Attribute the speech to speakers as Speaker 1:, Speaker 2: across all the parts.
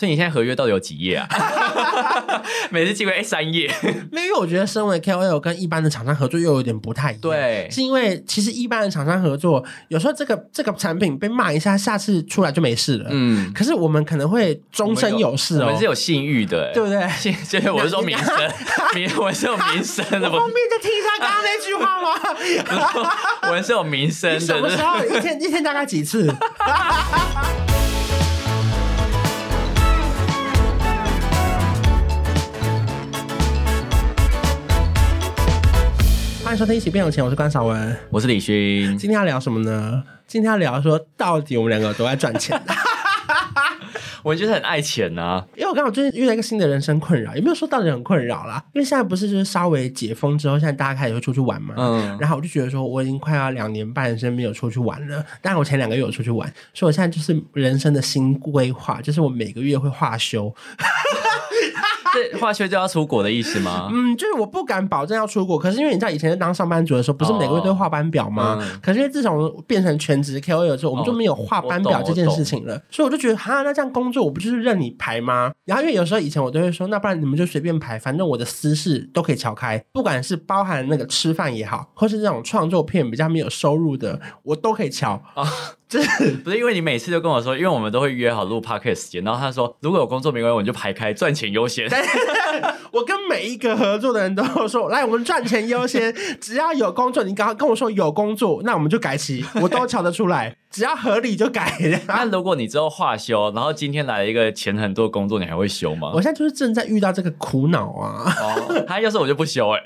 Speaker 1: 所以你现在合约到底有几页啊？ 每次寄回哎三页，
Speaker 2: 没有，因为我觉得身为 KOL 跟一般的厂商合作又有点不太一样。
Speaker 1: 对
Speaker 2: 是因为其实一般的厂商合作，有时候这个这个产品被骂一下，下次出来就没事了。
Speaker 1: 嗯，
Speaker 2: 可是我们可能会终身有事
Speaker 1: 我
Speaker 2: 哦
Speaker 1: 们，是有信誉的，哎
Speaker 2: 对不对？
Speaker 1: 信，就是我是说名 声，名我是有名声的，
Speaker 2: 我方
Speaker 1: 我
Speaker 2: 便再听一下刚刚那句话吗？
Speaker 1: 我是有名声的。
Speaker 2: 你什么时候一天一天大概几次？ 欢迎收听《一起变有钱》，我是关少文。
Speaker 1: 我是李勋，
Speaker 2: 今天要聊什么呢？今天要聊说，到底我们两个有多爱赚钱、
Speaker 1: 我就是很爱钱啊呐、
Speaker 2: 因为我刚好最近遇到一个新的人生困扰，也没有说到底很困扰啦。因为现在不是就是稍微解封之后，现在大家开始会出去玩嘛。
Speaker 1: 嗯，
Speaker 2: 然后我就觉得说，我已经快要两年半的时间没有出去玩了。但我前两个月有出去玩，所以我现在就是人生的新规划，就是我每个月会化休。
Speaker 1: 这化学就要出国的意思吗？
Speaker 2: 嗯，就是我不敢保证要出国，可是因为你知道以前在当上班族的时候，不是每个月都会画班表吗？
Speaker 1: 哦嗯
Speaker 2: 可是因为自从变成全职 KOL 之后，我们就没有画班表
Speaker 1: 哦
Speaker 2: 这件事情了，所以我就觉得哈，那这样工作我不就是任你排吗？然后因为有时候以前我都会说，那不然你们就随便排，反正我的私事都可以撬开，不管是包含那个吃饭也好，或是这种创作片比较没有收入的，我都可以撬。
Speaker 1: 不是，因为你每次都跟我说，因为我们都会约好录 podcast 时间，然后他说如果有工作没关系，我们就排开，赚钱优先。
Speaker 2: 我跟每一个合作的人都说，来，我们赚钱优先，只要有工作，你刚刚跟我说有工作，那我们就改期，我都瞧得出来，只要合理就改。
Speaker 1: 那如果你之后化休，然后今天来了一个钱很多的工作，你还会休吗？
Speaker 2: 我现在就是正在遇到这个苦恼 啊！
Speaker 1: 哦，他要是我就不休哎、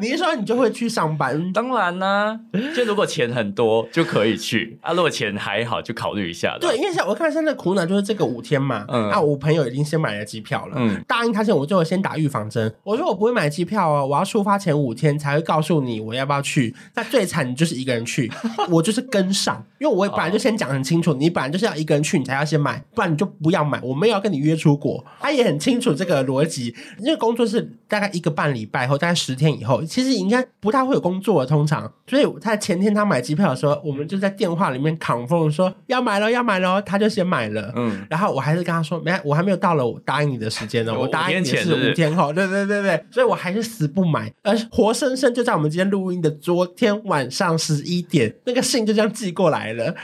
Speaker 2: 你一说你就会去上班，
Speaker 1: 当然啦、 就如果钱很多就可以去啊，如果钱还好就考虑一下啦。
Speaker 2: 对，因为像我看现在的苦恼就是这个五天嘛，
Speaker 1: 嗯
Speaker 2: 啊，我朋友已经先买了机票了，
Speaker 1: 嗯
Speaker 2: 答应他前我就先打预防针，我说我不会买机票哦，我要出发前五天才会告诉你我要不要去。那最惨你就是一个人去，我就是跟上，因为我本来就先讲很清楚，你本来就是要一个人去，你才要先买，不然你就不要买，我没有要跟你约出国。他也很清楚这个逻辑，因为工作是大概一个半礼拜后，大概十天以后，其实应该不太会有工作了，通常。所以他前天他买机票的时候，我们就在电话里面 confirm 说要买咯，要买咯，他就先买了。
Speaker 1: 嗯，
Speaker 2: 然后我还是跟他说，没，我还没有到了我答应你的时间呢，
Speaker 1: 有
Speaker 2: 我答应你的
Speaker 1: 五天前是不
Speaker 2: 是
Speaker 1: 是
Speaker 2: 五天后，对对对对，所以我还是死不买，而活生生就在我们今天录音的昨天晚上十一点，那个信就这样寄过来了，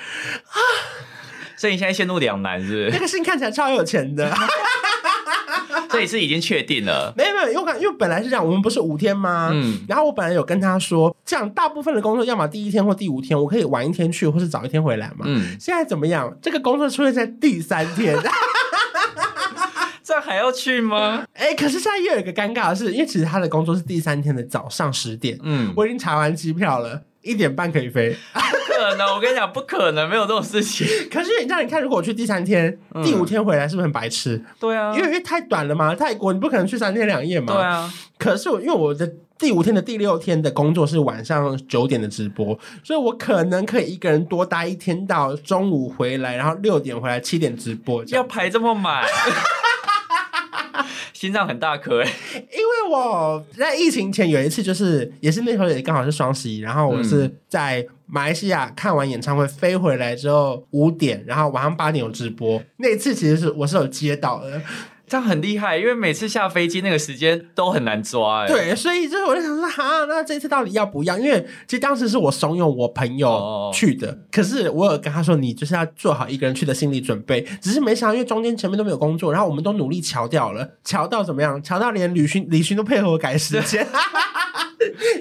Speaker 1: 所以你现在陷入两难是不
Speaker 2: 那
Speaker 1: 是？
Speaker 2: 个信看起来超有 钱的，
Speaker 1: 这也是已经确定了。
Speaker 2: 没有没有，因为我感因为本来是这样，我们不是五天吗？
Speaker 1: 嗯，
Speaker 2: 然后我本来有跟他说，这样大部分的工作要么第一天或第五天，我可以晚一天去，或是早一天回来嘛。
Speaker 1: 嗯，
Speaker 2: 现在怎么样？这个工作出现在第三天，
Speaker 1: 这样还要去吗？
Speaker 2: 哎、可是现在又有一个尴尬的是，因为其实他的工作是第三天的早上十点，
Speaker 1: 嗯，
Speaker 2: 我已经查完机票了，一点半可以飞。
Speaker 1: 不可能，我跟你讲，不可能，没有这种事 情。
Speaker 2: 可是你让你看，如果我去第三天、
Speaker 1: 嗯
Speaker 2: 第五天回来，是不是很白痴？
Speaker 1: 对啊
Speaker 2: 因为因为太短了嘛，泰国你不可能去三天两夜嘛。
Speaker 1: 对。啊，
Speaker 2: 可是我因为我的第五天的第六天的工作是晚上九点的直播，所以我可能可以一个人多待一天到中午回来，然后六点回来，七点直播这
Speaker 1: 要
Speaker 2: 样。
Speaker 1: 排这么满，心脏很大颗哎、
Speaker 2: 因为我在疫情前有一次，就是也是那时候也刚好是双十一，然后我是在马来西亚看完演唱会飞回来之后五点，然后晚上八点有直播。那一次其实是我是有接到的，
Speaker 1: 这样很厉害，因为每次下飞机那个时间都很难抓哎、
Speaker 2: 对，所以就是我就想说，哈，那这次到底要不要？因为其实当时是我怂恿我朋友
Speaker 1: 哦
Speaker 2: 去的，可是我有跟他说，你就是要做好一个人去的心理准备。只是没想到，因为中间前面都没有工作，然后我们都努力调掉了，调到怎么样？调到连李勋李勋都配合我改时间。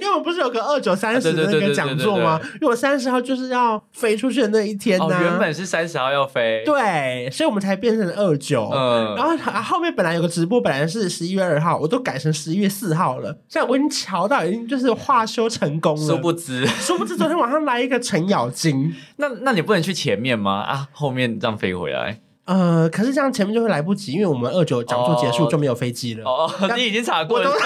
Speaker 2: 因为我不是有个二九三十
Speaker 1: 啊对对
Speaker 2: 的那
Speaker 1: 对
Speaker 2: 个
Speaker 1: 对
Speaker 2: 讲
Speaker 1: 对对
Speaker 2: 座吗
Speaker 1: 对？
Speaker 2: 因为我三十号就是要飞出去的那一天
Speaker 1: 哦
Speaker 2: 呢、，
Speaker 1: 原本是三十号要飞，
Speaker 2: 对，所以我们才变成二九。
Speaker 1: 嗯
Speaker 2: 然后啊后面本来有个直播，本来是十一月二号，我都改成十一月四号了。现在我已经瞧到，已经就是化修成功了。
Speaker 1: 殊不知，
Speaker 2: 殊不知昨天晚上来一个程咬金，
Speaker 1: 那那你不能去前面吗？啊，后面这样飞回来
Speaker 2: 呃，可是这样前面就会来不及，因为我们二九讲座结束
Speaker 1: 哦
Speaker 2: 就没有飞机了。
Speaker 1: 哦，
Speaker 2: 那
Speaker 1: 你已经查过
Speaker 2: 我
Speaker 1: 了
Speaker 2: 都。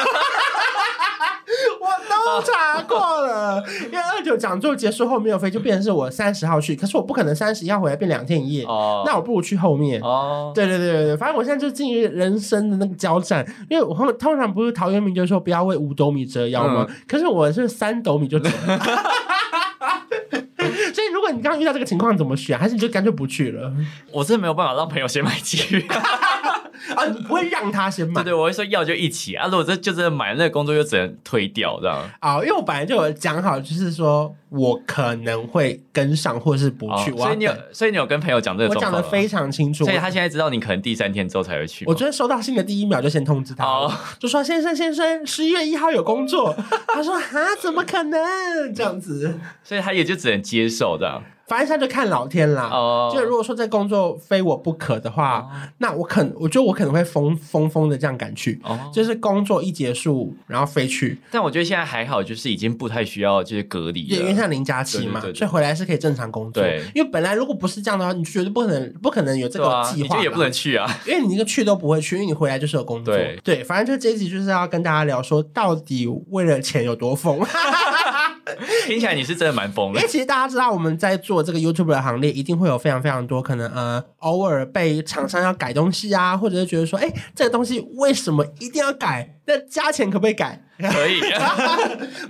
Speaker 2: 我都查过了，因为二九讲座结束后没有飞，就变成是我三十号去，可是我不可能三十一号回来变两天一夜，
Speaker 1: 哦，
Speaker 2: 那我不如去后面。
Speaker 1: 哦，
Speaker 2: 对对对对对，反正我现在就进入人生的那个交战，因为我后通常不是陶渊明就说不要为五
Speaker 1: 嗯
Speaker 2: 斗米折腰吗？可是我是三斗米就折。所以如果果你刚刚遇到这个情况怎么选？还是你就干脆不去了？
Speaker 1: 我真的没有办法让朋友先买机。
Speaker 2: 啊，你不会让他先买
Speaker 1: 对对，我会说要就一起啊。如果这就真的买，那个工作就只能推掉这样。
Speaker 2: 啊、因为我本来就有讲好，就是说我可能会跟上，或是不去。
Speaker 1: 哦
Speaker 2: 我
Speaker 1: 所
Speaker 2: 要
Speaker 1: 以你有
Speaker 2: 等，
Speaker 1: 所以你有跟朋友讲这个
Speaker 2: 我
Speaker 1: 状
Speaker 2: 讲
Speaker 1: 况
Speaker 2: 的
Speaker 1: 吗
Speaker 2: 非常清楚。
Speaker 1: 所以他现在知道你可能第三天之后才会去吗。
Speaker 2: 我昨天收到信的第一秒就先通知他了
Speaker 1: 哦
Speaker 2: 就说先生先生，十一月一号有工作。他说啊，怎么可能这样子？
Speaker 1: 所以他也就只能接受这样。
Speaker 2: 反正他就看老天啦。
Speaker 1: 哦，
Speaker 2: 就如果说这工作非我不可的话，那我可我觉得我可能会疯疯疯的这样赶去，
Speaker 1: 哦，
Speaker 2: 就是工作一结束然后飞去，
Speaker 1: 但我觉得现在还好，就是已经不太需要就是隔离
Speaker 2: 也因为
Speaker 1: 了。
Speaker 2: 像零加七嘛，
Speaker 1: 对对对对
Speaker 2: 所以回来是可以正常工作
Speaker 1: 对。
Speaker 2: 因为本来如果不是这样的话，你就绝对不可能不可能有这
Speaker 1: 对
Speaker 2: 个
Speaker 1: 啊，
Speaker 2: 计
Speaker 1: 你就
Speaker 2: 划嘛，
Speaker 1: 也不能去 啊。
Speaker 2: 因为你那个去都不会去，因为你回来就是有工作。
Speaker 1: 对
Speaker 2: 反正就这一集就是要跟大家聊说，到底为了钱有多疯。
Speaker 1: 听起来你是真的蛮疯
Speaker 2: 因
Speaker 1: 的
Speaker 2: 为。其实大家知道，我们在做这个 YouTube 的行列，一定会有非常非常多可能呃，偶尔被厂商要改东西啊，或者是觉得说，哎，这个东西为什么一定要改？那加钱可不可以改？
Speaker 1: 可以，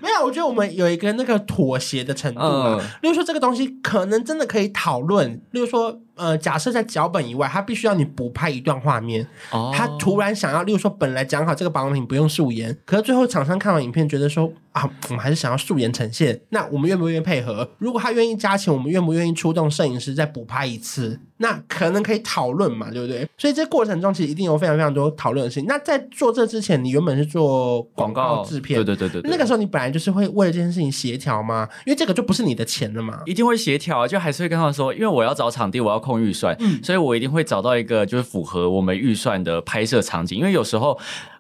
Speaker 2: 没有，我觉得我们有一个那个妥协的程度嘛。
Speaker 1: 嗯
Speaker 2: 例如说，这个东西可能真的可以讨论。例如说，呃，假设在脚本以外，他必须要你补拍一段画面，
Speaker 1: 哦
Speaker 2: 他突然想要，例如说，本来讲好这个保养品不用素颜，可是最后厂商看完影片觉得说啊，我们还是想要素颜呈现，那我们愿不愿意配合？如果他愿意加钱，我们愿不愿意出动摄影师再补拍一次？那可能可以讨论嘛，对不对？所以这过程中其实一定有非常非常多讨论的事情。那在做这之前，你原本是做
Speaker 1: 广
Speaker 2: 广告
Speaker 1: 告
Speaker 2: 制片，
Speaker 1: 对对对对对，
Speaker 2: 那个时候你本来就是会为了这件事情协调吗？因为这个就不是你的钱了嘛。
Speaker 1: 一定会协调啊，就还是会跟他们说，因为我要找场地，我要控预算，
Speaker 2: 嗯
Speaker 1: 所以我一定会找到一个就是符合我们预算的拍摄场景，因为有时候。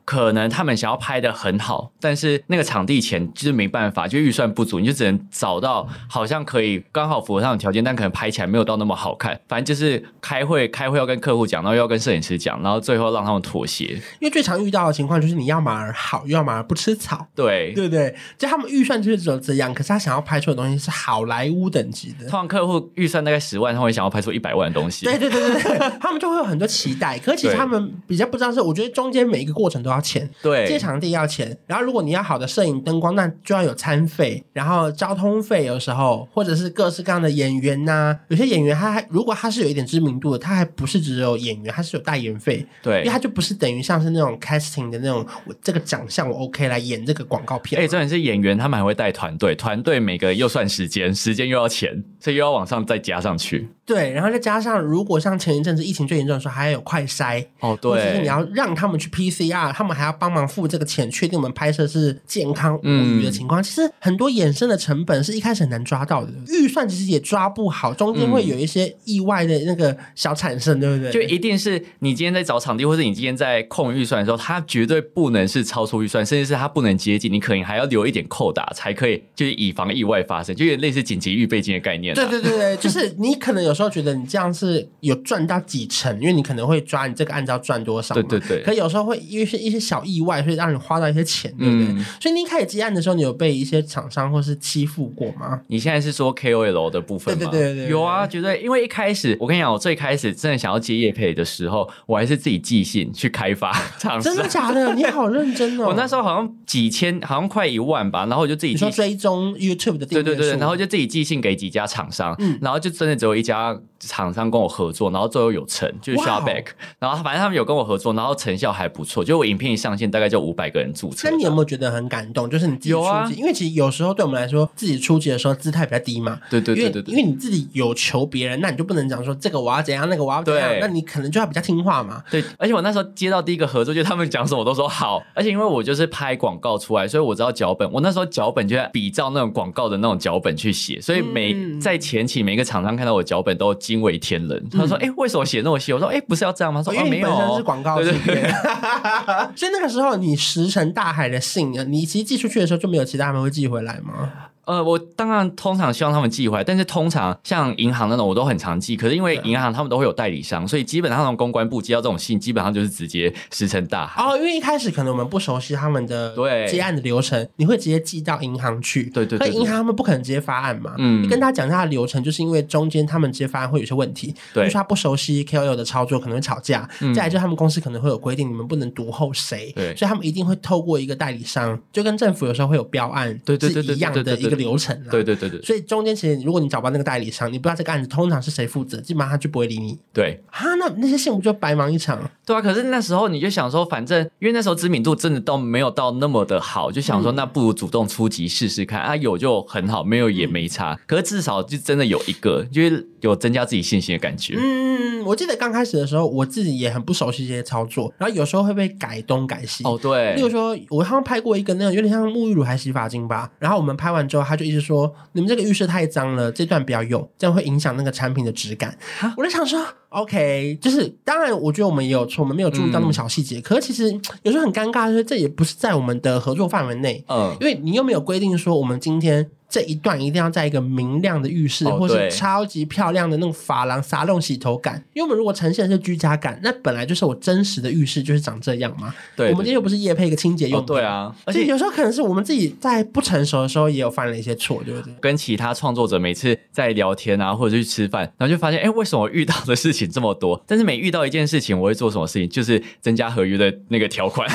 Speaker 1: 可能他们想要拍的很好，但是那个场地钱就是没办法，就预算不足，你就只能找到好像可以刚好符合他们条件，但可能拍起来没有到那么好看。反正就是开会，开会要跟客户讲，然后又要跟摄影师讲，然后最后让他们妥协。
Speaker 2: 因为最常遇到的情况就是你要嘛儿好，要嘛儿不吃草，
Speaker 1: 对，
Speaker 2: 对不对？就他们预算就是只有这样，可是他想要拍出的东西是好莱坞等级的
Speaker 1: 通。常客户预算大概十万，他会想要拍出一百万的东西。
Speaker 2: 对对对对对，他们就会有很多期待，可是其实
Speaker 1: 对
Speaker 2: 他们比较不知道是，我觉得中间每一个过程都要钱，借
Speaker 1: 对，
Speaker 2: 场地要钱，然后如果你要好的摄影灯光，那就要有餐费，然后交通费，有时候或者是各式各样的演员呐、有些演员他还如果他是有一点知名度的，他还不是只有演员，他是有代言费，因为
Speaker 1: 对，
Speaker 2: 他就不是等于像是那种 casting 的那种，我这个奖项我 OK 来演这个广告片
Speaker 1: 哎、
Speaker 2: 嘛，
Speaker 1: 重点是演员，他们还会带团队，团队每个又算时间，时间又要钱，所以又要往上再加上去。
Speaker 2: 对，然后再加上如果像前一阵子疫情最严重的时候，还要有快筛，
Speaker 1: 哦，
Speaker 2: 或者是你
Speaker 1: 对，
Speaker 2: 要让他们去 PCR，他们还要帮忙付这个钱，确定我们拍摄是健康无虞
Speaker 1: 嗯
Speaker 2: 的情况。其实很多衍生的成本是一开始很难抓到的，预算其实也抓不好，中间会有一些意外的那个小产生，对不对？
Speaker 1: 嗯就一定是你今天在找场地，或者你今天在控预算的时候，它绝对不能是超出预算，甚至是它不能接近，你可能还要留一点扣打，才可以就是以防意外发生，就有点类似紧急预备金的概念、啊。
Speaker 2: 对对对对，就是你可能有时候觉得你这样是有赚到几成，因为你可能会抓你这个按照赚多少嘛。
Speaker 1: 对对
Speaker 2: 可
Speaker 1: 对，
Speaker 2: 有时候会因为是一些小意外，所以让你花到一些钱，对不对？
Speaker 1: 嗯
Speaker 2: 所以你一开始接案的时候，你有被一些厂商或是欺负过吗？
Speaker 1: 你现在是说 KOL 的部分吗？
Speaker 2: 对对对对对
Speaker 1: 有啊，绝对。因为一开始我跟你讲，我最开始真的想要接业配的时候，我还是自己寄信去开发厂商
Speaker 2: 真。的 假的？你好认真
Speaker 1: 哦
Speaker 2: 哦！
Speaker 1: 啊我那时候好像几千，好像快一万吧，然后我就自己
Speaker 2: 你
Speaker 1: 寄
Speaker 2: 说。追踪 YouTube 的
Speaker 1: 对
Speaker 2: 订阅
Speaker 1: 对对，
Speaker 2: 数
Speaker 1: 然后就自己寄信给几家厂商，
Speaker 2: 嗯
Speaker 1: 然后就真的只有一家厂商跟我合作，然后最后有成，就是
Speaker 2: 哇哦
Speaker 1: Shopback，然后反正他们有跟我合作，然后成效还不错，就我影片一上线大概就五百个人注册
Speaker 2: 那。你有没有觉得很感动？就是你自己出
Speaker 1: 有
Speaker 2: 击，
Speaker 1: 啊
Speaker 2: 因为其实有时候对我们来说，自己出击的时候姿态比较低嘛。
Speaker 1: 对对对对
Speaker 2: 因为
Speaker 1: 对，
Speaker 2: 因为你自己有求别人，那你就不能讲说这个我要怎样，那个我要怎样，
Speaker 1: 对
Speaker 2: 那你可能就要比较听话嘛。
Speaker 1: 对，而且我那时候接到第一个合作，就是他们讲什么我都说好，而且因为我就是拍广告出来，所以我知道脚本，我那时候脚本就在比照那种广告的那种脚本去写，所以每、
Speaker 2: 嗯
Speaker 1: 在前期每一个厂商看到我脚本都惊为天人，他说：“哎、为什么写那么细？”我说：“哎、不是要这样吗？”他说：“
Speaker 2: 嗯因
Speaker 1: 哦，
Speaker 2: 为
Speaker 1: 没
Speaker 2: 你
Speaker 1: 有
Speaker 2: 本身
Speaker 1: 哦，
Speaker 2: 是广告制
Speaker 1: 对
Speaker 2: 片，
Speaker 1: 对对
Speaker 2: 所以那个时候你石沉大海的信，你其实寄出去的时候就没有期待他们会寄回来吗？
Speaker 1: 呃，我当然通常希望他们寄回来，但是通常像银行那种我都很常寄，可是因
Speaker 2: 啊
Speaker 1: 为银行他们都会有代理商，所以基本上从公关部接到这种信，基本上就是直接石沉大海。
Speaker 2: 哦，因为一开始可能我们不熟悉他们的
Speaker 1: 对
Speaker 2: 接案的流程，你会直接寄到银行去，
Speaker 1: 对对
Speaker 2: 可
Speaker 1: 对
Speaker 2: 是银
Speaker 1: 对，
Speaker 2: 行他们不可能直接发案嘛，
Speaker 1: 嗯
Speaker 2: 跟他讲一下他的流程，就是因为中间他们直接发案会有些问题，比
Speaker 1: 对
Speaker 2: 如说他不熟悉 KOL 的操作，可能会吵架。再来就他们公司可能会有规定，你们不能独后谁，
Speaker 1: 对
Speaker 2: 所以他们一定会透过一个代理商，就跟政府有时候会有标案，
Speaker 1: 对对对
Speaker 2: 是
Speaker 1: 对
Speaker 2: 一样
Speaker 1: 对
Speaker 2: 的
Speaker 1: 对
Speaker 2: 一
Speaker 1: 对
Speaker 2: 个个流程啊啦。
Speaker 1: 对对对对
Speaker 2: 所以中间其实如果你找不到那个代理商，你不知道这个案子通常是谁负责，基本上他就不会理你
Speaker 1: 对
Speaker 2: 啊。那那些信不就白忙一场？
Speaker 1: 对啊！可是那时候你就想说，反正因为那时候知名度真的都没有到那么的好，就想说
Speaker 2: 嗯
Speaker 1: 那不如主动出击试试看、啊，有就很好，没有也没差。
Speaker 2: 嗯
Speaker 1: 可是至少就真的有一个，就是有增加自己信心的感觉。
Speaker 2: 嗯，我记得刚开始的时候，我自己也很不熟悉这些操作，然后有时候会被改东改西。
Speaker 1: 哦，对，
Speaker 2: 例如说，我好像拍过一个那个有点像沐浴乳还是洗发精吧，然后我们拍完之后，他就一直说你们这个浴室太脏了，这段不要用，这样会影响那个产品的质感。我就想说，OK，就是当然，我觉得我们也有错，我们没有注意到
Speaker 1: 嗯
Speaker 2: 那么小细节。可是其实有时候很尴尬，就是这也不是在我们的合作范围内，
Speaker 1: 嗯，
Speaker 2: 因为你又没有规定说我们今天这一段一定要在一个明亮的浴室，
Speaker 1: 哦
Speaker 2: 或是
Speaker 1: 对
Speaker 2: 超级漂亮的那种珐琅沙龙洗头感。因为我们如果呈现的是居家感，那本来就是我真实的浴室就是长这样嘛。
Speaker 1: 对，
Speaker 2: 我们今天又不是夜配一个清洁用
Speaker 1: 哦，
Speaker 2: 品、
Speaker 1: 对。啊，而
Speaker 2: 而且
Speaker 1: 且
Speaker 2: 有时候可能是我们自己在不成熟的时候也有犯了一些错，对不对？
Speaker 1: 跟其他创作者每次在聊天啊，或者去吃饭，然后就发现，哎，为什么我遇到的事情这么多？但是每遇到一件事情，我会做什么事情？就是增加合约的那个条 款。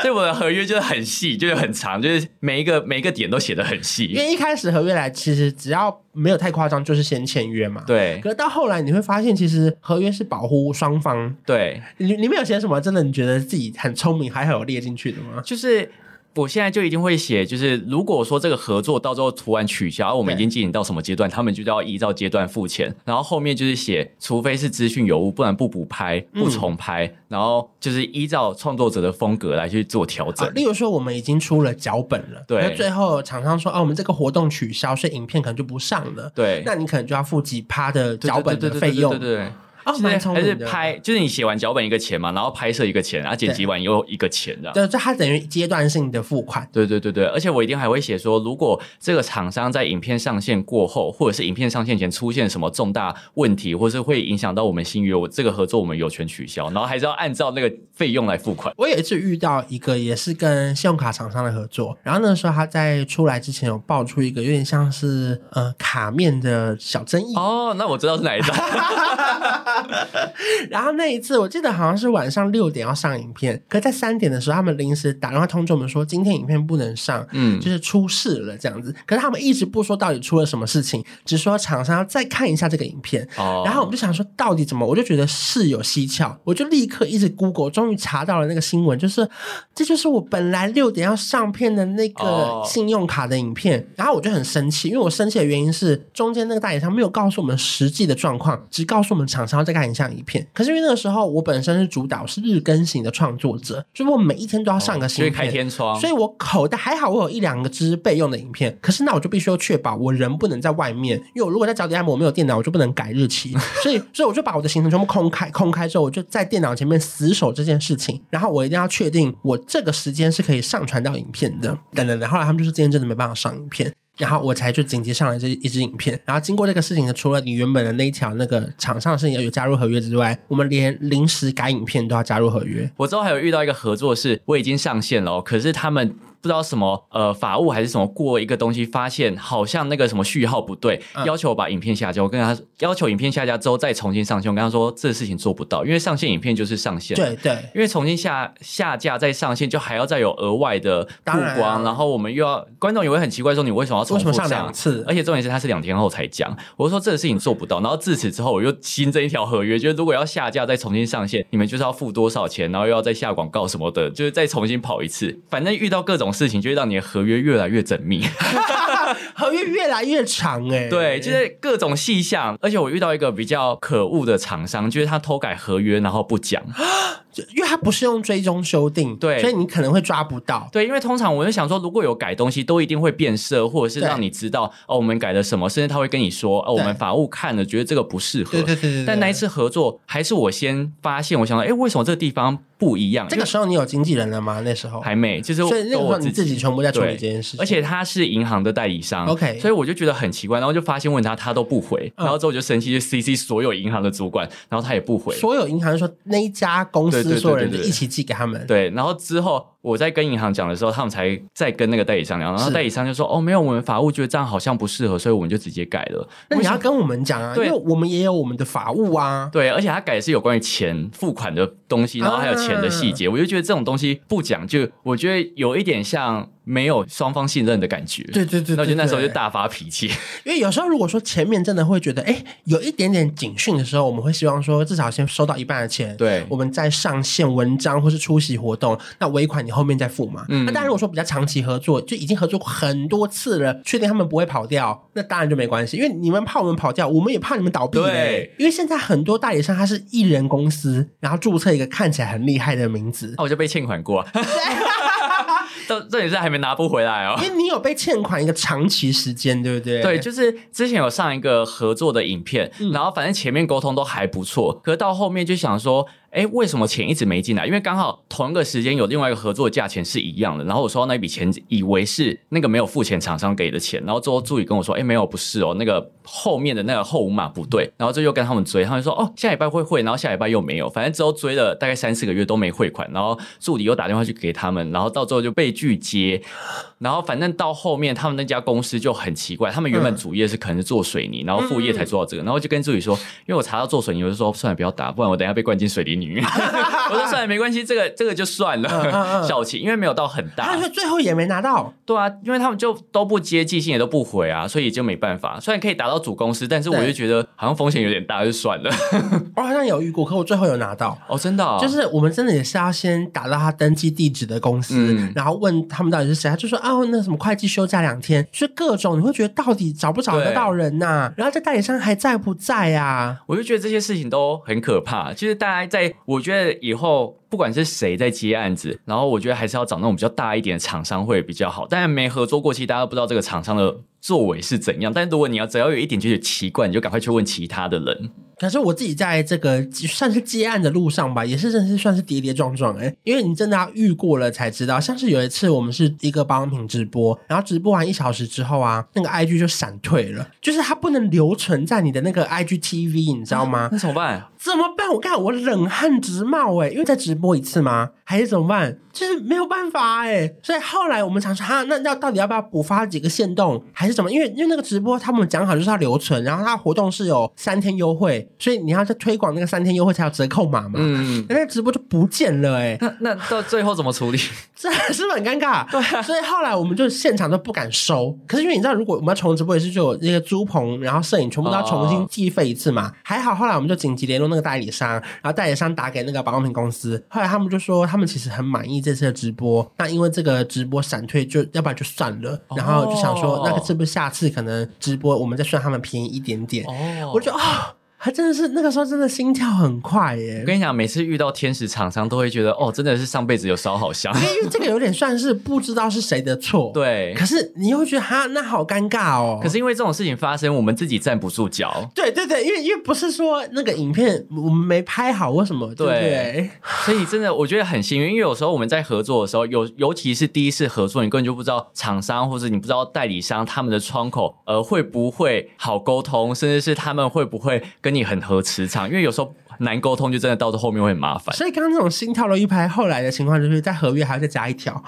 Speaker 1: 所以我的合约就是很细，就是很长，就是每一个每一个点都写的很
Speaker 2: 因
Speaker 1: 细。
Speaker 2: 为一开始合约来，其实只要没有太夸张，就是先签约嘛。。
Speaker 1: 对
Speaker 2: 可是到后来你会发现，其实合约是保护双方。
Speaker 1: 对，
Speaker 2: 你你没有写什么真的你觉得自己很聪明，还好有列进去的吗？
Speaker 1: 就是我现在就一定会写，就是如果说这个合作到最后突然取消，而我们已经进行到什么阶段，他们就要依照阶段付钱。然后后面就是写，除非是资讯有误，不然不补拍、不重拍，
Speaker 2: 嗯
Speaker 1: 然后就是依照创作者的风格来去做调整。
Speaker 2: 啊，例如说我们已经出了脚本了，
Speaker 1: 对
Speaker 2: 那最后厂商说啊，我们这个活动取消，所以影片可能就不上了。
Speaker 1: 对，
Speaker 2: 那你可能就要付几趴的
Speaker 1: 对
Speaker 2: 脚本的
Speaker 1: 对对
Speaker 2: 费用
Speaker 1: 对对对对对
Speaker 2: 哦，蛮聪
Speaker 1: 还是
Speaker 2: 明的。
Speaker 1: 拍，就是你写完脚本一个钱嘛，然后拍摄一个钱，然后剪辑完又一个钱这样。
Speaker 2: 对，就它等于阶段性的付款。
Speaker 1: 对对对对，而且我一定还会写说，如果这个厂商在影片上线过后，或者是影片上线前出现什么重大问题，或是会影响到我们新约，我这个合作我们有权取消，然后还是要按照那个费用来付款。
Speaker 2: 我有一次遇到一个也是跟信用卡厂商的合作，然后那时候他在出来之前有爆出一个有点像是呃卡面的小争议，
Speaker 1: 哦，那我知道是哪一张。
Speaker 2: 然后那一次我记得好像是晚上六点要上影片，可在三点的时候他们临时打电话通知我们说今天影片不能上，
Speaker 1: 嗯
Speaker 2: 就是出事了这样子，可是他们一直不说到底出了什么事情，只说厂商要再看一下这个影片，
Speaker 1: 哦，
Speaker 2: 然后我们就想说，到底怎么？我就觉得事有蹊跷，我就立刻一直 Google，终于查到了那个新闻，就是这就是我本来六点要上片的那个
Speaker 1: 哦
Speaker 2: 信用卡的影片。然后我就很生气，因为我生气的原因是中间那个代理商没有告诉我们实际的状况，只告诉我们厂商要再看一下影片。可是因为那个时候我本身是主导是日更型的创作者，所以我每一天都要上个
Speaker 1: 所
Speaker 2: 新
Speaker 1: 以
Speaker 2: 片。
Speaker 1: 哦开天窗
Speaker 2: 所。以我口袋还好，我有一两个支备用的影片，可是那我就必须要确保我人不能在外面，因为我如果在脚底按摩，我没有电脑，我就不能改日 期，所以所以我就把我的行程全部空开，空开之后，我就在电脑前面死守这件事情，然后我一定要确定我这个时间是可以上传到影片的，等等等，后来他们就说今天真的没办法上影片。然后我才就紧急上来这一支影片，然后经过这个事情呢，除了你原本的那一条那个厂商的事情有加入合约之外，我们连临时改影片都要加入合约。
Speaker 1: 我之后还有遇到一个合作是，我已经上线了哦、可是他们不知道什么呃法务还是什么过一个东西，发现好像那个什么序号不对，
Speaker 2: 嗯
Speaker 1: 要求我把影片下架。我跟他要求影片下架之后再重新上线，我跟他说这事情做不到，因为上线影片就是上线。
Speaker 2: 对对，
Speaker 1: 因为重新下下架再上线，就还要再有额外的曝
Speaker 2: 当然啊
Speaker 1: 光，然后我们又要观众也会很奇怪说你为什么要重
Speaker 2: 为什
Speaker 1: 复
Speaker 2: 么上两次？
Speaker 1: 而且重点是他是两天后才讲，我就说这个事情做不到，然后自此之后我又新增一条合约，就是如果要下架再重新上线，你们就是要付多少钱，然后又要再下广告什么的，就是再重新跑一次。反正遇到各种事情，就会让你的合约越来越缜 密。
Speaker 2: 合约越来越长哎、
Speaker 1: 对，就是各种细项。而且我遇到一个比较可恶的厂商，就是他偷改合约然后不讲。
Speaker 2: 就因为它不是用追踪修订，
Speaker 1: 对
Speaker 2: 所以你可能会抓不到。
Speaker 1: 对，因为通常我就想说，如果有改东西，都一定会变色，或者是
Speaker 2: 对
Speaker 1: 让你知道哦，我们改了什么，甚至他会跟你说哦，我
Speaker 2: 对
Speaker 1: 们法务看了觉得这个不适合。
Speaker 2: 对对
Speaker 1: 但那一次合作，还是我先发现，我想到，哎，为什么这个地方不一样？
Speaker 2: 这个时候你有经纪人了吗？那时候，
Speaker 1: 还没，就是
Speaker 2: 所以那个时
Speaker 1: 都
Speaker 2: 候
Speaker 1: 我
Speaker 2: 你
Speaker 1: 自
Speaker 2: 自己
Speaker 1: 己。
Speaker 2: 全部在处理
Speaker 1: 对
Speaker 2: 这件事情，
Speaker 1: 而且他是银行的代理商
Speaker 2: OK
Speaker 1: 所以我就觉得很奇怪，然后就发现问他，他都不回，
Speaker 2: 嗯
Speaker 1: 然后之后我就生气，就 CC 所有银行的主管，然后他也不回，
Speaker 2: 所有银行说那一家公
Speaker 1: 对对
Speaker 2: 司
Speaker 1: 对
Speaker 2: 所有人
Speaker 1: 对
Speaker 2: 就
Speaker 1: 对
Speaker 2: 一起寄给他们。
Speaker 1: 对，然后之后我在跟银行讲的时候，他们才在跟那个代理商聊，然后
Speaker 2: 是
Speaker 1: 代理商就说：“哦，没有，我们法务觉得这样好像不适合，所以我们就直接改了。”
Speaker 2: 那你要跟我们讲啊，因
Speaker 1: 对
Speaker 2: 为我们也有我们的法务啊。
Speaker 1: 对，而且他改的是有关于钱付款的东西，然后还有
Speaker 2: 啊
Speaker 1: 钱的细节，我就觉得这种东西不讲，就我觉得有一点像没有双方信任的感觉。
Speaker 2: 对对对，
Speaker 1: 那我觉得那时候就
Speaker 2: 对，
Speaker 1: 大发脾气。 啊
Speaker 2: 因为有时候如果说前面真的会觉得，哎，有一点点警讯的时候，我们会希望说至少先收到一半的钱，
Speaker 1: 对
Speaker 2: 我们再上线文章或是出席活动，那尾款你后面再付嘛。
Speaker 1: 嗯
Speaker 2: 那当然如果说比较长期合作，就已经合作过很多次了，确定他们不会跑掉，那当然就没关系，因为你们怕我们跑掉，我们也怕你们倒闭、
Speaker 1: 对，
Speaker 2: 因为现在很多代理商他是一人公司，然后注册一个看起来很厉害的名字，
Speaker 1: 那我就被欠款过、 啊，这这也是还没拿不回来哦。
Speaker 2: 因为你有被欠款一个长期时间，对不对？
Speaker 1: 对，就是之前有上一个合作的影片，然后反正前面沟通都还不错，可是到后面就想说，哎，为什么钱一直没进来？因为刚好同一个时间有另外一个合作价钱是一样的，然后我收到那笔钱，以为是那个没有付钱厂商给的钱，然后最后助理跟我说，哎，没有，不是哦，那个后面的那个后五码不对，然后这又跟他们追，他们说，哦，下礼拜会汇，然后下礼拜又没有，反正之后追了大概三四个月都没汇款，然后助理又打电话去给他们，然后到最后就被拒接，然后反正到后面他们那家公司就很奇怪，他们原
Speaker 2: 嗯
Speaker 1: 本主业是可能是做水泥，然后副业才做到这个，然后就跟助理说，因为我查到做水泥，我就说算了，不要打，不然我等一下被灌进水 泥里面。我说算了，没关系，这个这个就算
Speaker 2: 嗯嗯
Speaker 1: 了，
Speaker 2: 嗯
Speaker 1: 小气，因为没有到很
Speaker 2: 他
Speaker 1: 大
Speaker 2: 说。最后也没拿到，
Speaker 1: 对啊，因为他们就都不接寄信，也都不回啊，所以也就没办法。虽然可以达到主公司，但是我
Speaker 2: 对
Speaker 1: 就觉得好像风险有点大，就 算了。
Speaker 2: 我哦好像有遇过，可我最后有拿到。
Speaker 1: 哦，真的哦、
Speaker 2: 就是我们真啊的也是要先打到他登记地址的公司，
Speaker 1: 嗯
Speaker 2: 然后问他们到底是谁，他就说哦，那什么会计休假两天，就是各种你会觉得到底找不找得到人呐、然后这代理商还在不在啊？
Speaker 1: 我就觉得这些事情都很可怕。就是大家在，我觉得以后不管是谁在接案子，然后我觉得还是要找那种比较大一点的厂商会比较好。当然没合作过，其实大家都不知道这个厂商的作为是怎样。但如果你要只要有一点觉得奇怪，你就赶快去问其他的人。
Speaker 2: 可是我自己在这个算是接案的路上吧，也是真的是算是跌跌撞撞哎、因为你真的要遇过了才知道。像是有一次我们是一个保养品直播，然后直播完一小时之后啊，那个 IG 就闪退了，就是它不能留存在你的那个 IGTV，你知道吗？
Speaker 1: 那怎么办？
Speaker 2: 怎么办？我看我冷汗直冒哎、因为再直播一次吗？还是怎么办？就是没有办法哎、所以后来我们想说，哈，那要到底要不要补发几个限动，还是怎么？因为因为那个直播他们讲好就是要留存，然后它活动是有三天优惠，所以你要再推广那个三天优惠才有折扣码嘛。
Speaker 1: 嗯，
Speaker 2: 那直播就不见了哎、
Speaker 1: 那那到最后怎么处理？
Speaker 2: 这是不 是很尴尬？对、
Speaker 1: 啊
Speaker 2: 所以后来我们就现场都不敢收。可是因为你知道，如果我们要重直播，也是就有那个租棚，然后摄影全部都要重
Speaker 1: 哦
Speaker 2: 新计费一次嘛。还好后来我们就紧急联络那个代理商，然后代理商打给那个保养品公司，后来他们就说他们其实很满意这次的直播，那因为这个直播闪退就，要不然就算了，然后就想说
Speaker 1: 哦
Speaker 2: 那个是不是下次可能直播我们再算他们便宜一点 点？
Speaker 1: 哦
Speaker 2: 我就啊。还真的是那个时候，真的心跳很快耶！
Speaker 1: 我跟你讲，每次遇到天使厂商，都会觉得哦，真的是上辈子有烧好香。
Speaker 2: 因为这个有点算是不知道是谁的错，
Speaker 1: 对，
Speaker 2: 可是你又会觉得哈，那好尴尬哦。
Speaker 1: 可是因为这种事情发生，我们自己站不住脚。
Speaker 2: 对对对，因为因为不是说那个影片我们没拍好或什么，对不对？
Speaker 1: 所以真的，我觉得很幸运，因为有时候我们在合作的时候，有尤其是第一次合作，你根本就不知道厂商或者你不知道代理商他们的窗口，呃，会不会好沟通，甚至是他们会不会跟你很合磁场，因为有时候难沟通，就真的到后面会很麻烦。
Speaker 2: 所以刚刚那种心跳楼一拍，后来的情况就是在合约还要再加一 条，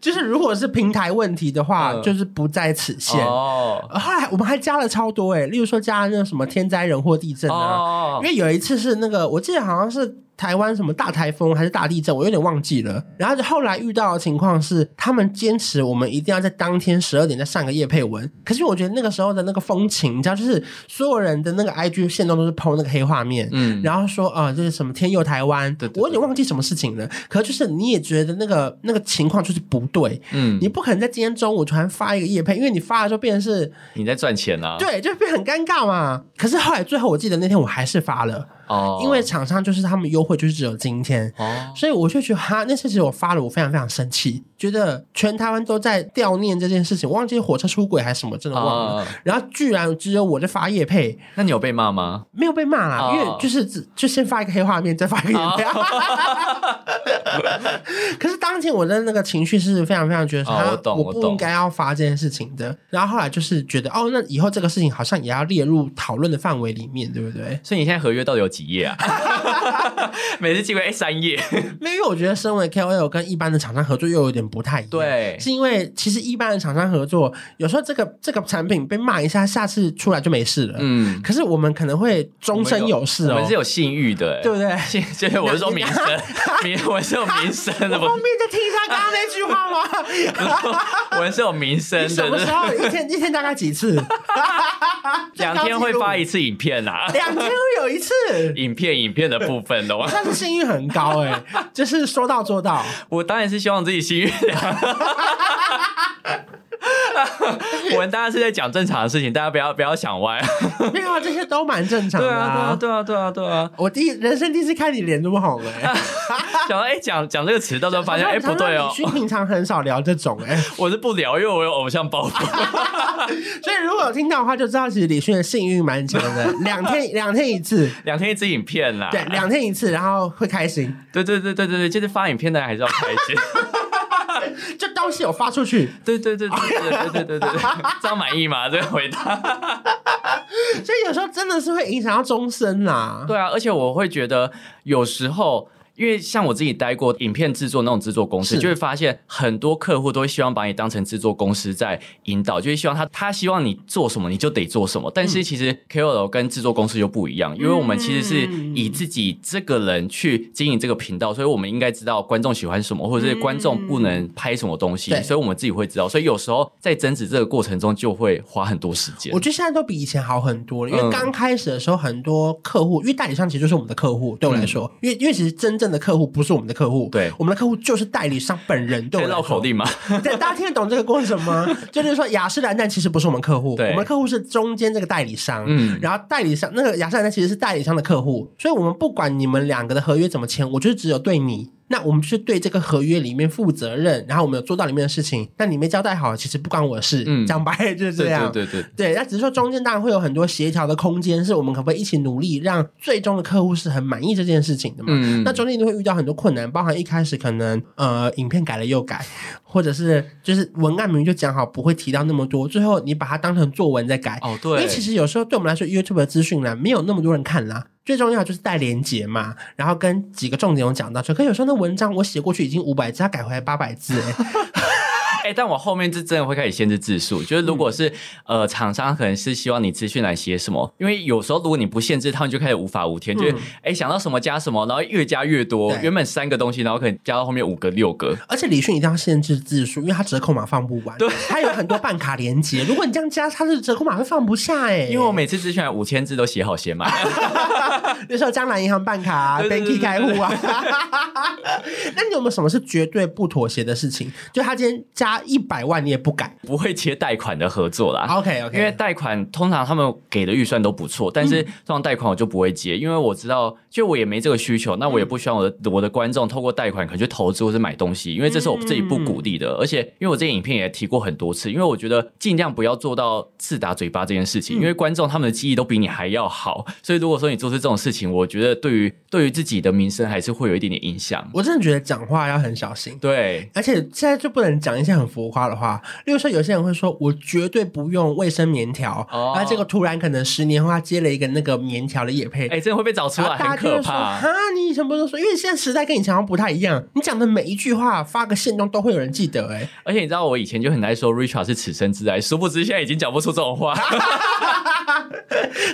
Speaker 2: 就是如果是平台问题的话，
Speaker 1: 嗯
Speaker 2: 就是不在此限。
Speaker 1: 哦
Speaker 2: 后来我们还加了超多哎、例如说加了那个什么天灾人祸、地震啊，
Speaker 1: 哦
Speaker 2: 因，为有一次是那个，我记得好像是台湾什么大台风还是大地震，我有点忘记了。然后后来遇到的情况是，他们坚持我们一定要在当天十二点再上个夜配文。可是我觉得那个时候的那个风情，你知道，就是所有人的那个 IG 线动都是 PO 那个黑画面，
Speaker 1: 嗯，
Speaker 2: 然后说啊、这是什么天佑台湾，
Speaker 1: 对对对
Speaker 2: 我有点忘记什么事情了。可就是你也觉得那个那个情况就是不对，
Speaker 1: 嗯，
Speaker 2: 你
Speaker 1: 你
Speaker 2: 不可能在今天中午突然发一个夜配，因为你发了之后变成是
Speaker 1: 你在赚钱啊？，
Speaker 2: 对，就变很尴尬嘛。可是后来最后我记得那天我还是发了。
Speaker 1: 哦，
Speaker 2: 因为厂商就是他们优惠就是只有今天，
Speaker 1: 哦，
Speaker 2: 所以我就觉得哈，那次其实我发了，我非常非常生气，觉得全台湾都在悼念这件事情，忘记火车出轨还是什么，真的忘了。
Speaker 1: 哦，
Speaker 2: 然后居然只有我在发夜配，
Speaker 1: 那你有被骂吗？
Speaker 2: 没有被骂啦，
Speaker 1: 哦
Speaker 2: 因为就是只就先发一个黑画面，再发一个夜配。
Speaker 1: 哦
Speaker 2: 可是当天我的那个情绪是非常非常觉得，
Speaker 1: 哦
Speaker 2: 哈
Speaker 1: 我懂
Speaker 2: 我
Speaker 1: 我
Speaker 2: 不
Speaker 1: 懂
Speaker 2: 应该要发这件事情的。然后后来就是觉得，哦，那以后这个事情好像也要列入讨论的范围里面，对不对？
Speaker 1: 所以你现在合约到底有几页啊？ 每次机会哎三页，
Speaker 2: 没有，因为我觉得身为 KOL 跟一般的厂商合作又有点不太一样。，
Speaker 1: 对，
Speaker 2: 是因为其实一般的厂商合作，有时候这个这个产品被骂一下，下次出来就没事了。
Speaker 1: 嗯，
Speaker 2: 可是我们可能会终身有事
Speaker 1: 我
Speaker 2: 哦
Speaker 1: 们，是有信誉的，哎
Speaker 2: 对不对？
Speaker 1: 信， 就是我是说名声， 名我是有名声的，
Speaker 2: 我
Speaker 1: 不
Speaker 2: 方便再听一下刚刚那句话吗？
Speaker 1: 我是有名声
Speaker 2: 你
Speaker 1: 的，
Speaker 2: 什么时候一天一天大概几次？
Speaker 1: 两天会发一
Speaker 2: 次，
Speaker 1: 次影片 啦，
Speaker 2: 两天会有一次，
Speaker 1: 影片影片的部分 的话，
Speaker 2: 但是信誉很高哎、就是说到做到。
Speaker 1: 我当然是希望自己幸运啊良。 我们大家是在讲正常的事情，大家不要不要想歪。
Speaker 2: 没有，啊，这些都蛮正常
Speaker 1: 对
Speaker 2: 的、
Speaker 1: 啊，对啊，对啊，对啊，对啊。
Speaker 2: 我第一人生第一次看你脸这么红哎、
Speaker 1: 想到哎，讲讲这个词，到时候 发现哎不对哦
Speaker 2: 你，去平常很少聊这种哎、
Speaker 1: 我是不聊，因为我有偶像包袱。
Speaker 2: 所以如果有听到的话，就知道其实李迅的幸运蛮强 的，两天两天一次，
Speaker 1: 两天一支影片啦，
Speaker 2: 对，两天一次，然后会开心，
Speaker 1: 对对对对对对，就是发影片的还是要开心。
Speaker 2: 就东西有发出去，
Speaker 1: 对对对对对对对对对，这样满意吗？这个回答。
Speaker 2: 所以有时候真的是会影响到终身啦。
Speaker 1: 对啊，而且我会觉得有时候。因为像我自己待过影片制作那种制作公司，
Speaker 2: 是
Speaker 1: 就会发现很多客户都会希望把你当成制作公司在引导，就是希望他他希望你做什么你就得做什么。但是其实 KOL 跟制作公司又不一样，因为我们其实是以自己这个人去经营这个频道，所以我们应该知道观众喜欢什么，或者是观众不能拍什么东西，
Speaker 2: 对
Speaker 1: 所以我们自己会知道。所以有时候在争执这个过程中就会花很多时间
Speaker 2: 我。觉得现在都比以前好很多了，因
Speaker 1: 嗯
Speaker 2: 为刚开始的时候，很多客户，因为代理商其实就是我们的客户，对我来说，因为因为其实真正的客户不是我们的客户，
Speaker 1: 嗯对
Speaker 2: 我们的客户就是代理商本人，对
Speaker 1: 可以
Speaker 2: 我
Speaker 1: 绕
Speaker 2: 来
Speaker 1: 口
Speaker 2: 说，
Speaker 1: 令吗？
Speaker 2: 对，大家听得懂这个过程 吗？就是说，雅诗兰黛其实不是我们客户，我
Speaker 1: 对
Speaker 2: 们客户是中间这个代理商，
Speaker 1: 嗯
Speaker 2: 然后代理商那个雅诗兰黛其实是代理商的客户，所以我们不管你们两个的合约怎么签，我就是只有对你。那我们就是对这个合约里面负责任，然后我们有做到里面的事情。那你没交代好，其实不关我的事。
Speaker 1: 嗯
Speaker 2: 讲白了就是这
Speaker 1: 对
Speaker 2: 样。
Speaker 1: 对对对，
Speaker 2: 对，那只是说中间当然会有很多协调的空间，是我们可不可以一起努力，让最终的客户是很满意这件事情的嘛？
Speaker 1: 嗯
Speaker 2: 那中间一定会遇到很多困难，包含一开始可能呃影片改了又改，或者是就是文案明明就讲好不会提到那么多，最后你把它当成作文在改。
Speaker 1: 哦
Speaker 2: 因
Speaker 1: 对，
Speaker 2: 为其实有时候对我们来说，YouTube 的资讯栏没有那么多人看啦。最重要就是带连结嘛，然后跟几个重点有讲到说，可有时候那文章我写过去已经五百字，它改回来八百字、欸，
Speaker 1: 哎、但我后面是真的会开始限制字数，就是如果是、
Speaker 2: 嗯
Speaker 1: 呃厂商可能是希望你资讯来写什么，因为有时候如果你不限制，他们就开始无法无天，就是哎、诶想到什么加什么，然后越加越多，
Speaker 2: 嗯对
Speaker 1: 原本三个东西，然后可能加到后面五个六个，
Speaker 2: 而且李迅一定要限制字数，因为他折扣码放不完，对，他有很多办卡连接。如果你这样加，他的折扣码会放不下哎、
Speaker 1: 因为我每次资讯来五千字都写好写满，
Speaker 2: 那时候江南银行办卡、啊、
Speaker 1: 对对对
Speaker 2: Banky 开户啊。 那你有没有什么是绝对不妥协的事情？就他今天加一百万，你也不改。
Speaker 1: 不会接贷款的合作啦。
Speaker 2: OK
Speaker 1: 啊
Speaker 2: 嗯
Speaker 1: 因为
Speaker 2: OK，
Speaker 1: 贷款通常他们给的预算都不错，但是通常贷款我就不会接，因为我知道就我也没这个需求，那我也
Speaker 2: 嗯
Speaker 1: 不希望我的、我的观众透过贷款可能去投资或是买东西，因为这是我自己不鼓励的。
Speaker 2: 嗯
Speaker 1: 而且因为我这些影片也提过很多次，因为我觉得尽量不要做到自打嘴巴这件事
Speaker 2: 嗯
Speaker 1: 情，因为观众他们的记忆都比你还要好，所以如果说你做出这种事情，我觉得对于对于自己的名声还是会有一点点影响。
Speaker 2: 我真的觉得讲话要很小心。
Speaker 1: 对，
Speaker 2: 而且现在就不能讲一些很浮夸的话，例如说有些人会说，我绝对不用卫生棉条，
Speaker 1: 哦
Speaker 2: 然后结果突然可能十年后他接了一个那个棉条的叶配，
Speaker 1: 哎、真的会被找出
Speaker 2: 然后
Speaker 1: 来，
Speaker 2: 大
Speaker 1: 很
Speaker 2: 家就会
Speaker 1: 可
Speaker 2: 说：“
Speaker 1: 怕。
Speaker 2: 哈，你以前不是说，因为现在时代跟以前好像不太一样，你讲的每一句话发个现动都会有人记得、欸，
Speaker 1: 而且你知道，我以前就很爱说 Richard 是此生挚爱，殊不知现在已经讲不出这种话。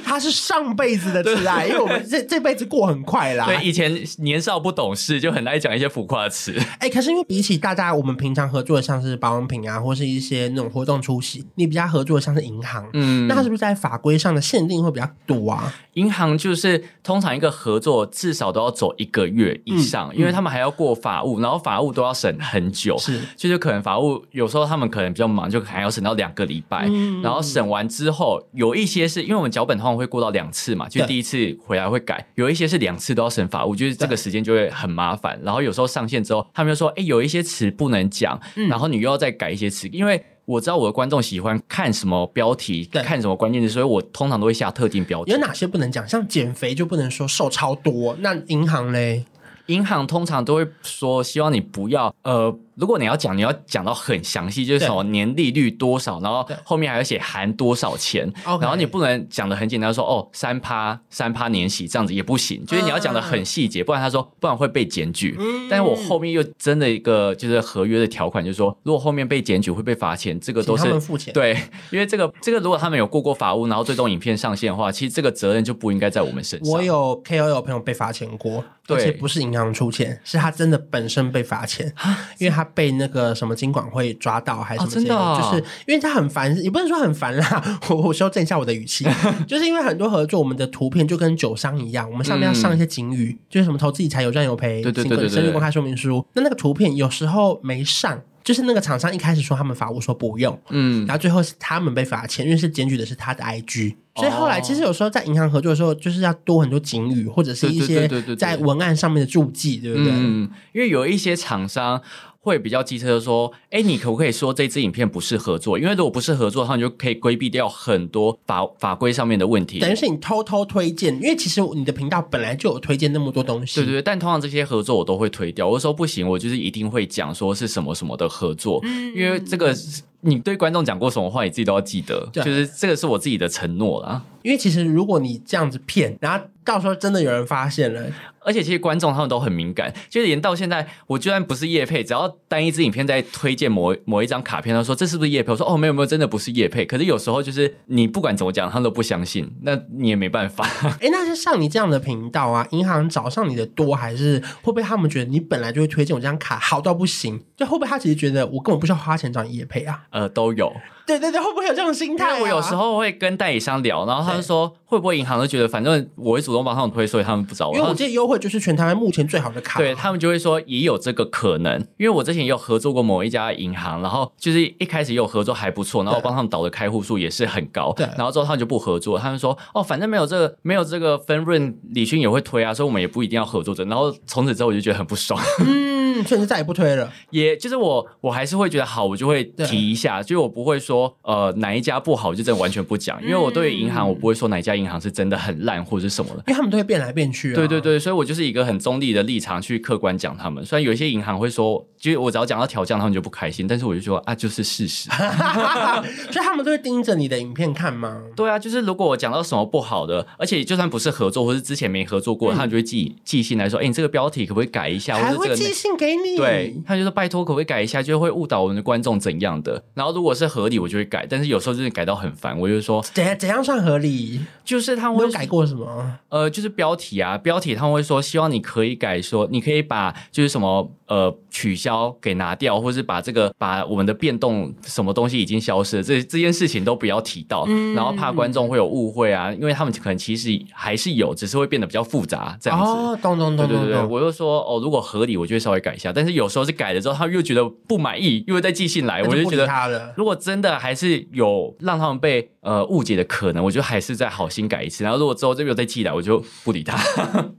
Speaker 2: 他是上辈子 的挚爱，因为我们这这辈子过很快啦。
Speaker 1: 对，以前年少不懂事，就很爱讲一些浮夸的词。
Speaker 2: 哎、可是因为比起大家我们平常合作的，像是保养品啊，或是一些那种活动出席，你比较合作的像是银行，
Speaker 1: 嗯
Speaker 2: 那它是不是在法规上的限定会比较多啊？
Speaker 1: 银行就是通常一个合作至少都要走一个月以上，
Speaker 2: 嗯
Speaker 1: 因为他们还要过法务，然后法务都要审很久。
Speaker 2: 是
Speaker 1: 就是可能法务有时候他们可能比较忙，就还要审到两个礼拜，
Speaker 2: 嗯
Speaker 1: 然后审完之后，有一些是因为我们脚本通常会过到两次嘛，就
Speaker 2: 对
Speaker 1: 第一次回来会改，有一些是两次都要审法务，就是这个
Speaker 2: 对
Speaker 1: 时间就会很麻烦。然后有时候上线之后，他们就说，哎，有一些词不能讲，
Speaker 2: 嗯
Speaker 1: 然后你又要再改一些词，因为。我知道我的观众喜欢看什么标题，
Speaker 2: 对
Speaker 1: 看什么关键词，所以我通常都会下特定标题
Speaker 2: 有。哪些不能讲？像减肥就不能说瘦超多，那银行嘞？
Speaker 1: 银行通常都会说，希望你不要呃如果你要讲，你要讲到很详细，就是什么年利率多少，然后
Speaker 2: 对
Speaker 1: 后面还要写含多少钱，
Speaker 2: OK
Speaker 1: 然后你不能讲的很简单，说哦三趴三趴年息这样子也不行，就是你要讲的很细节，不然他说不然会被检举。
Speaker 2: 嗯
Speaker 1: 但是我后面又真的一个就是合约的条款，就是说如果后面被检举会被罚钱，这个都
Speaker 2: 请他
Speaker 1: 是
Speaker 2: 们付 钱，
Speaker 1: 对，因为这个这个如果他们有过过法务，然后最终影片上线的话，其实这个责任就不应该在我们身上。
Speaker 2: 我有 KOL 朋友被罚钱过，
Speaker 1: 对
Speaker 2: 而且不是银行出钱，是他真的本身被罚钱，因为他被那个什么金管会抓到还是什么之类
Speaker 1: 啊哦真的哦
Speaker 2: 就是因为他很烦，也不能说很烦啦，我我修正一下我的语 气，就是因为很多合作，我们的图片就跟酒商一样，我们上面要上一些警语，就是什么投资理财有赚有赔，
Speaker 1: 嗯对对对
Speaker 2: 请
Speaker 1: 对对
Speaker 2: 申
Speaker 1: 对
Speaker 2: 公开说明书，那那个图片有时候没上。就是那个厂商一开始说他们法务说不用，
Speaker 1: 嗯，
Speaker 2: 然后最后是他们被罚钱，因为是检举的是他的 IG。所以后来
Speaker 1: 哦
Speaker 2: 其实有时候在银行合作的时候，就是要多很多警语或者是一
Speaker 1: 对对
Speaker 2: 些
Speaker 1: 对对对对
Speaker 2: 在文案上面的注记，对不对？
Speaker 1: 嗯，因为有一些厂商会比较机车地说，哎，你可不可以说这支影片不适合做？因为如果不适合做的话，你就可以规避掉很多法法规上面的问题。
Speaker 2: 等于是你偷偷推荐，因为其实你的频道本来就有推荐那么多东西。
Speaker 1: 对对对，但通常这些合作我都会推掉。我就说不行，我就是一定会讲说是什么什么的合作，
Speaker 2: 嗯
Speaker 1: 因为这个是你对观众讲过什么话，你自己都要记得，
Speaker 2: 对
Speaker 1: 就是这个是我自己的承诺啦。
Speaker 2: 因为其实如果你这样子骗，然后到时候真的有人发现了，
Speaker 1: 而且其实观众他们都很敏感，就是连到现在，我就算不是叶配，只要单一支影片在推荐某某一张卡片，他说这是不是叶配？我说哦没有没有，真的不是叶配。可是有时候就是你不管怎么讲，他们都不相信，那你也没办法。
Speaker 2: 哎，那是像你这样的频道啊，银行找上你的多，还是会不会他们觉得你本来就会推荐我这张卡好到不行？就会不会他其实觉得我根本不需要花钱找你也配啊？
Speaker 1: 呃，都有，
Speaker 2: 对对对，会不会有这种心
Speaker 1: 因
Speaker 2: 态、啊？
Speaker 1: 为我有时候会跟代理商聊，然后他就说会不会银行就觉得反正我会主动帮他们推，所以他们不找我。
Speaker 2: 因为
Speaker 1: 他
Speaker 2: 我
Speaker 1: 们
Speaker 2: 记得优惠就是全台湾目前最好的卡，
Speaker 1: 对他们就会说也有这个可能，因为我之前也有合作过某一家银行，然后就是一开始也有合作还不错，然后我
Speaker 2: 对
Speaker 1: 帮他们导的开户数也是很高，
Speaker 2: 对
Speaker 1: 然后之后他们就不合作，他们说哦，反正没有这个没有这个分润，李迅也会推啊，所以我们也不一定要合作的。然后从此之后我就觉得很不爽，
Speaker 2: 嗯，所以就再也不推了。
Speaker 1: 也就是我我还是会觉得好，我就会提一下，就是我不会说呃哪一家不好，我就真的完全不讲，因为我对于银行我不会说哪一家银行是真的很烂或者是什么的。
Speaker 2: 因为他们都会变来变去、啊。
Speaker 1: 对对， 对，所以我就是一个很中立的立场去客观讲他们。虽然有一些银行会说，就是我只要讲到调降，他们就不开心，但是我就说啊，就是事 实。
Speaker 2: 所以他们都会盯着你的影片看吗？
Speaker 1: 对啊，就是如果我讲到什么不好的，而且就算不是合作，或是之前没合作过，他们就会寄寄信来说，哎、你这个标题可不可以改一下，
Speaker 2: 嗯还
Speaker 1: 或
Speaker 2: 会
Speaker 1: 者这个
Speaker 2: 寄
Speaker 1: 内。
Speaker 2: 信给你？
Speaker 1: 对，他就说拜托，可不可以改一下？就会误导我们的观众怎样的。然后如果是合理，我就会改，但是有时候真的改到很烦，我就说，
Speaker 2: 怎怎样算合理？
Speaker 1: 就是他们
Speaker 2: 我
Speaker 1: 会
Speaker 2: 有改过什么？
Speaker 1: 呃，就是标题啊，标题他们会说希望你可以改说，你可以把就是什么呃取消给拿掉，或是把这个把我们的变动什么东西已经消失了，这这件事情都不要提到，
Speaker 2: 嗯
Speaker 1: 然后怕观众会有误会啊，因为他们可能其实还是有，只是会变得比较复杂这样子。
Speaker 2: 哦，懂懂
Speaker 1: 对
Speaker 2: 懂
Speaker 1: 对对对，
Speaker 2: 懂懂。
Speaker 1: 我就说哦，如果合理，我就会稍微改一下。但是有时候是改了之后，他们又觉得不满意，又会再寄信来，
Speaker 2: 那
Speaker 1: 哎我
Speaker 2: 就
Speaker 1: 就
Speaker 2: 不
Speaker 1: 觉
Speaker 2: 理
Speaker 1: 得
Speaker 2: 他了。
Speaker 1: 如果真的还是有让他们被呃误解的可能，我觉得还是再好心改一次。然后如果之后这边有再寄来，我就不 理他。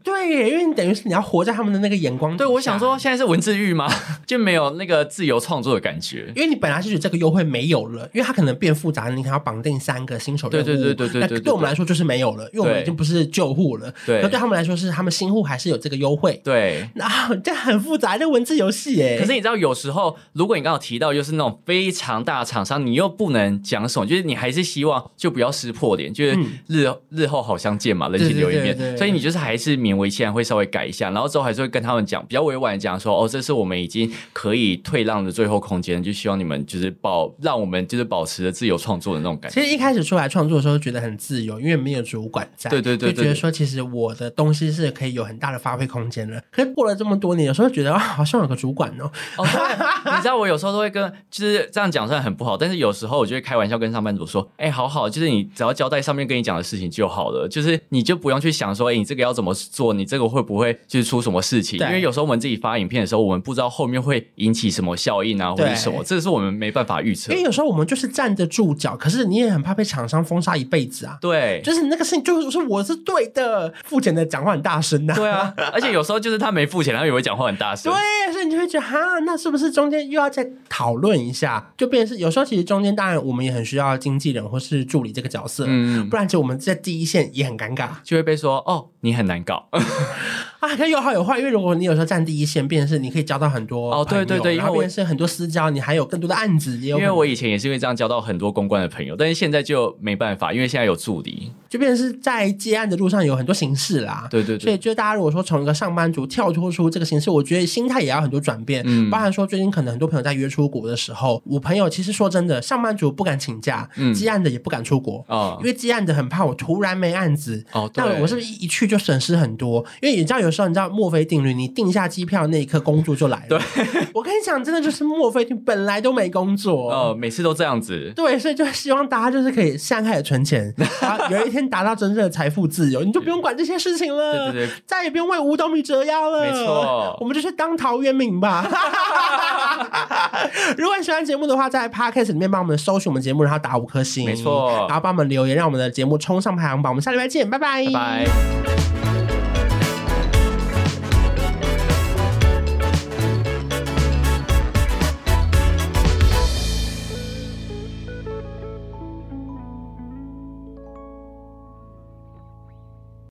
Speaker 2: 对耶，因为你等于是你要活在他们的那个眼光底下。
Speaker 1: 对，我想 说现在是文字狱吗？ 就没有那个自由创作的感觉。
Speaker 2: 因为你本来是觉得这个优惠没有了，因为它可能变复杂，你可能要绑定三个新手任务，
Speaker 1: 对对对对对对对
Speaker 2: 那对我们来说就是没有了，因为我们
Speaker 1: 对
Speaker 2: 已经不是旧户了。
Speaker 1: 对
Speaker 2: 可对他们来说是他们新户还是有这个优惠，
Speaker 1: 对。
Speaker 2: 啊，这很复杂，这文字游戏耶。
Speaker 1: 可是你知道，有时候如果你刚好提到就是那种非常大的厂商，你又不能讲什么，就是你还是希望就不要撕破脸，就是
Speaker 2: 嗯
Speaker 1: 日、日后好相见嘛，人情留一
Speaker 2: 对对对
Speaker 1: 面。
Speaker 2: 对
Speaker 1: 所以你就是还是勉为其难会稍微改一下，然后之后还是会跟他们讲，比较委婉地讲说，哦，这是我们已经可以退让的最后空间，就希望你们就是保让我们就是保持着自由创作的那种感觉。
Speaker 2: 其实一开始出来创作的时候，觉得很自由，因为没有主管在，
Speaker 1: 对对对对
Speaker 2: 就觉得说其实我的东西是可以有很大的发挥空间的。可是过了这么多年，有时候觉得啊，好像有个主管哦，
Speaker 1: 哦，对，你知道我有时候都会跟，就是这样讲虽然很不好，但是有时候我就会开玩笑跟上班族说，哎、好好，就是你只要交代上面跟你讲的事情就好了，就是你就不用去想说，哎、你这个要怎么做，你这个会不会就是出什么事情？
Speaker 2: 对
Speaker 1: 因为有时候我们自己发影片的时候，我们不知道后面会引起什么效应啊，或者
Speaker 2: 对
Speaker 1: 是什么，这是我们没办法预测
Speaker 2: 因为。有时候我们就是站得住脚，可是你也很怕被厂商封杀一辈子啊。
Speaker 1: 对，
Speaker 2: 就是你那个事情，就是我是对的，付钱的讲话很大声呐、
Speaker 1: 对啊，而且有时候就是他没付钱，他也会讲话很大声。
Speaker 2: 对，所以你就会觉得哈，那是不是中间又要再讨论一下？就变成是有时候其实中间当然我们也很需要经纪人或是助理这个角色，
Speaker 1: 嗯，
Speaker 2: 不然其实我们在第一线也很尴尬。
Speaker 1: 就会被说哦，你很难搞。
Speaker 2: 啊，可是有好有坏，因为如果你有时候站第一线，变成是你可以交到很多
Speaker 1: 哦对对
Speaker 2: 朋友
Speaker 1: 对因为
Speaker 2: 然后
Speaker 1: 我
Speaker 2: 变成是很多私交，你还有更多的案子，也有
Speaker 1: 因为
Speaker 2: 可能
Speaker 1: 我以前也是因为这样交到很多公关的朋友，但是现在就没办法，因为现在有助理。
Speaker 2: 就变成是在接案的路上有很多形式啦。
Speaker 1: 对对
Speaker 2: 所
Speaker 1: 对，
Speaker 2: 以，就大家如果说从一个上班族跳脱出这个形式，我觉得心态也要很多转变。
Speaker 1: 嗯
Speaker 2: 包含说最近可能很多朋友在约出国的时候，我朋友其实说真的，上班族不敢请假，
Speaker 1: 嗯
Speaker 2: 积案的也不敢出国，
Speaker 1: 哦
Speaker 2: 因为积案的很怕我突然没案子。
Speaker 1: 哦，对，
Speaker 2: 那我是不是一一去就损失很多？因为你知道，有时候你知道墨菲定律，你定下机票那一刻，工作就来了。
Speaker 1: 对，
Speaker 2: 我跟你讲，真的就是墨菲定律，本来都没工作。
Speaker 1: 哦，每次都这样子。
Speaker 2: 对，所以就希望大家就是可以现在开始 存钱，然后有一天达到真正的财富自由，你就不用管这些事情了。
Speaker 1: 对对对，
Speaker 2: 再也不用为五斗米折腰了。
Speaker 1: 没错
Speaker 2: 我们就去当陶渊 明吧。如果你喜欢节目的话，在 podcast 里面帮我们搜寻我们节目，然后打五颗星，
Speaker 1: 没错
Speaker 2: 然后帮我们留言，让我们的节目冲上排行榜。我们下礼拜见，拜拜，
Speaker 1: 拜拜。